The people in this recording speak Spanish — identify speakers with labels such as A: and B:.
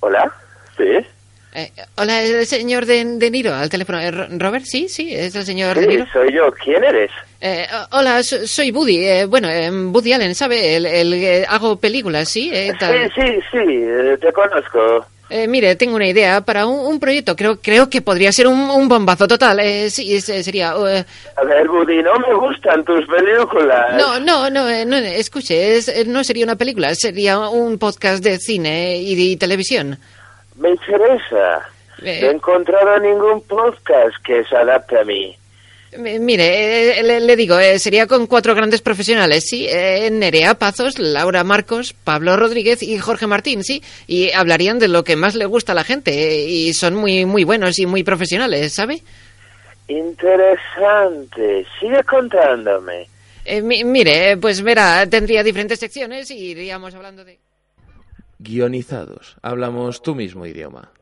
A: Hola, sí.
B: Eh, hola, es el señor de, de Niro al teléfono. Eh, Ro- Robert, sí, sí, es el señor de Niro.
A: Sí, soy yo. ¿Quién eres?
B: Eh, o- hola, so- soy Woody. eh, bueno, eh, Woody Allen, ¿sabe? El, el, eh, hago películas, ¿sí? Eh,
A: Sí,
B: tal.
A: sí, sí, eh, te conozco.
B: Eh, mire, tengo una idea para un, un proyecto. Creo, creo que podría ser un, un bombazo total. Eh, sí, es- eh, sería... eh,
A: A ver, Buddy, no me gustan tus películas.
B: no, no, no, eh, no, escuche, es- eh, no sería una película, sería un podcast de cine y, de televisión.
A: Me interesa.
B: Eh.
A: No he encontrado ningún podcast que se adapte a mí.
B: M- Mire, eh, le, le digo, eh, sería con cuatro grandes profesionales, ¿sí? Eh, Nerea Pazos, Laura Marcos, Pablo Rodríguez y Jorge Martín, ¿sí? Y hablarían de lo que más le gusta a la gente eh, y son muy, muy buenos y muy profesionales, ¿sabe?
A: Interesante. Sigue contándome.
B: Eh, mi- mire, eh, pues verá, tendría diferentes secciones y iríamos hablando de...
C: Guionizados. Hablamos tu mismo idioma.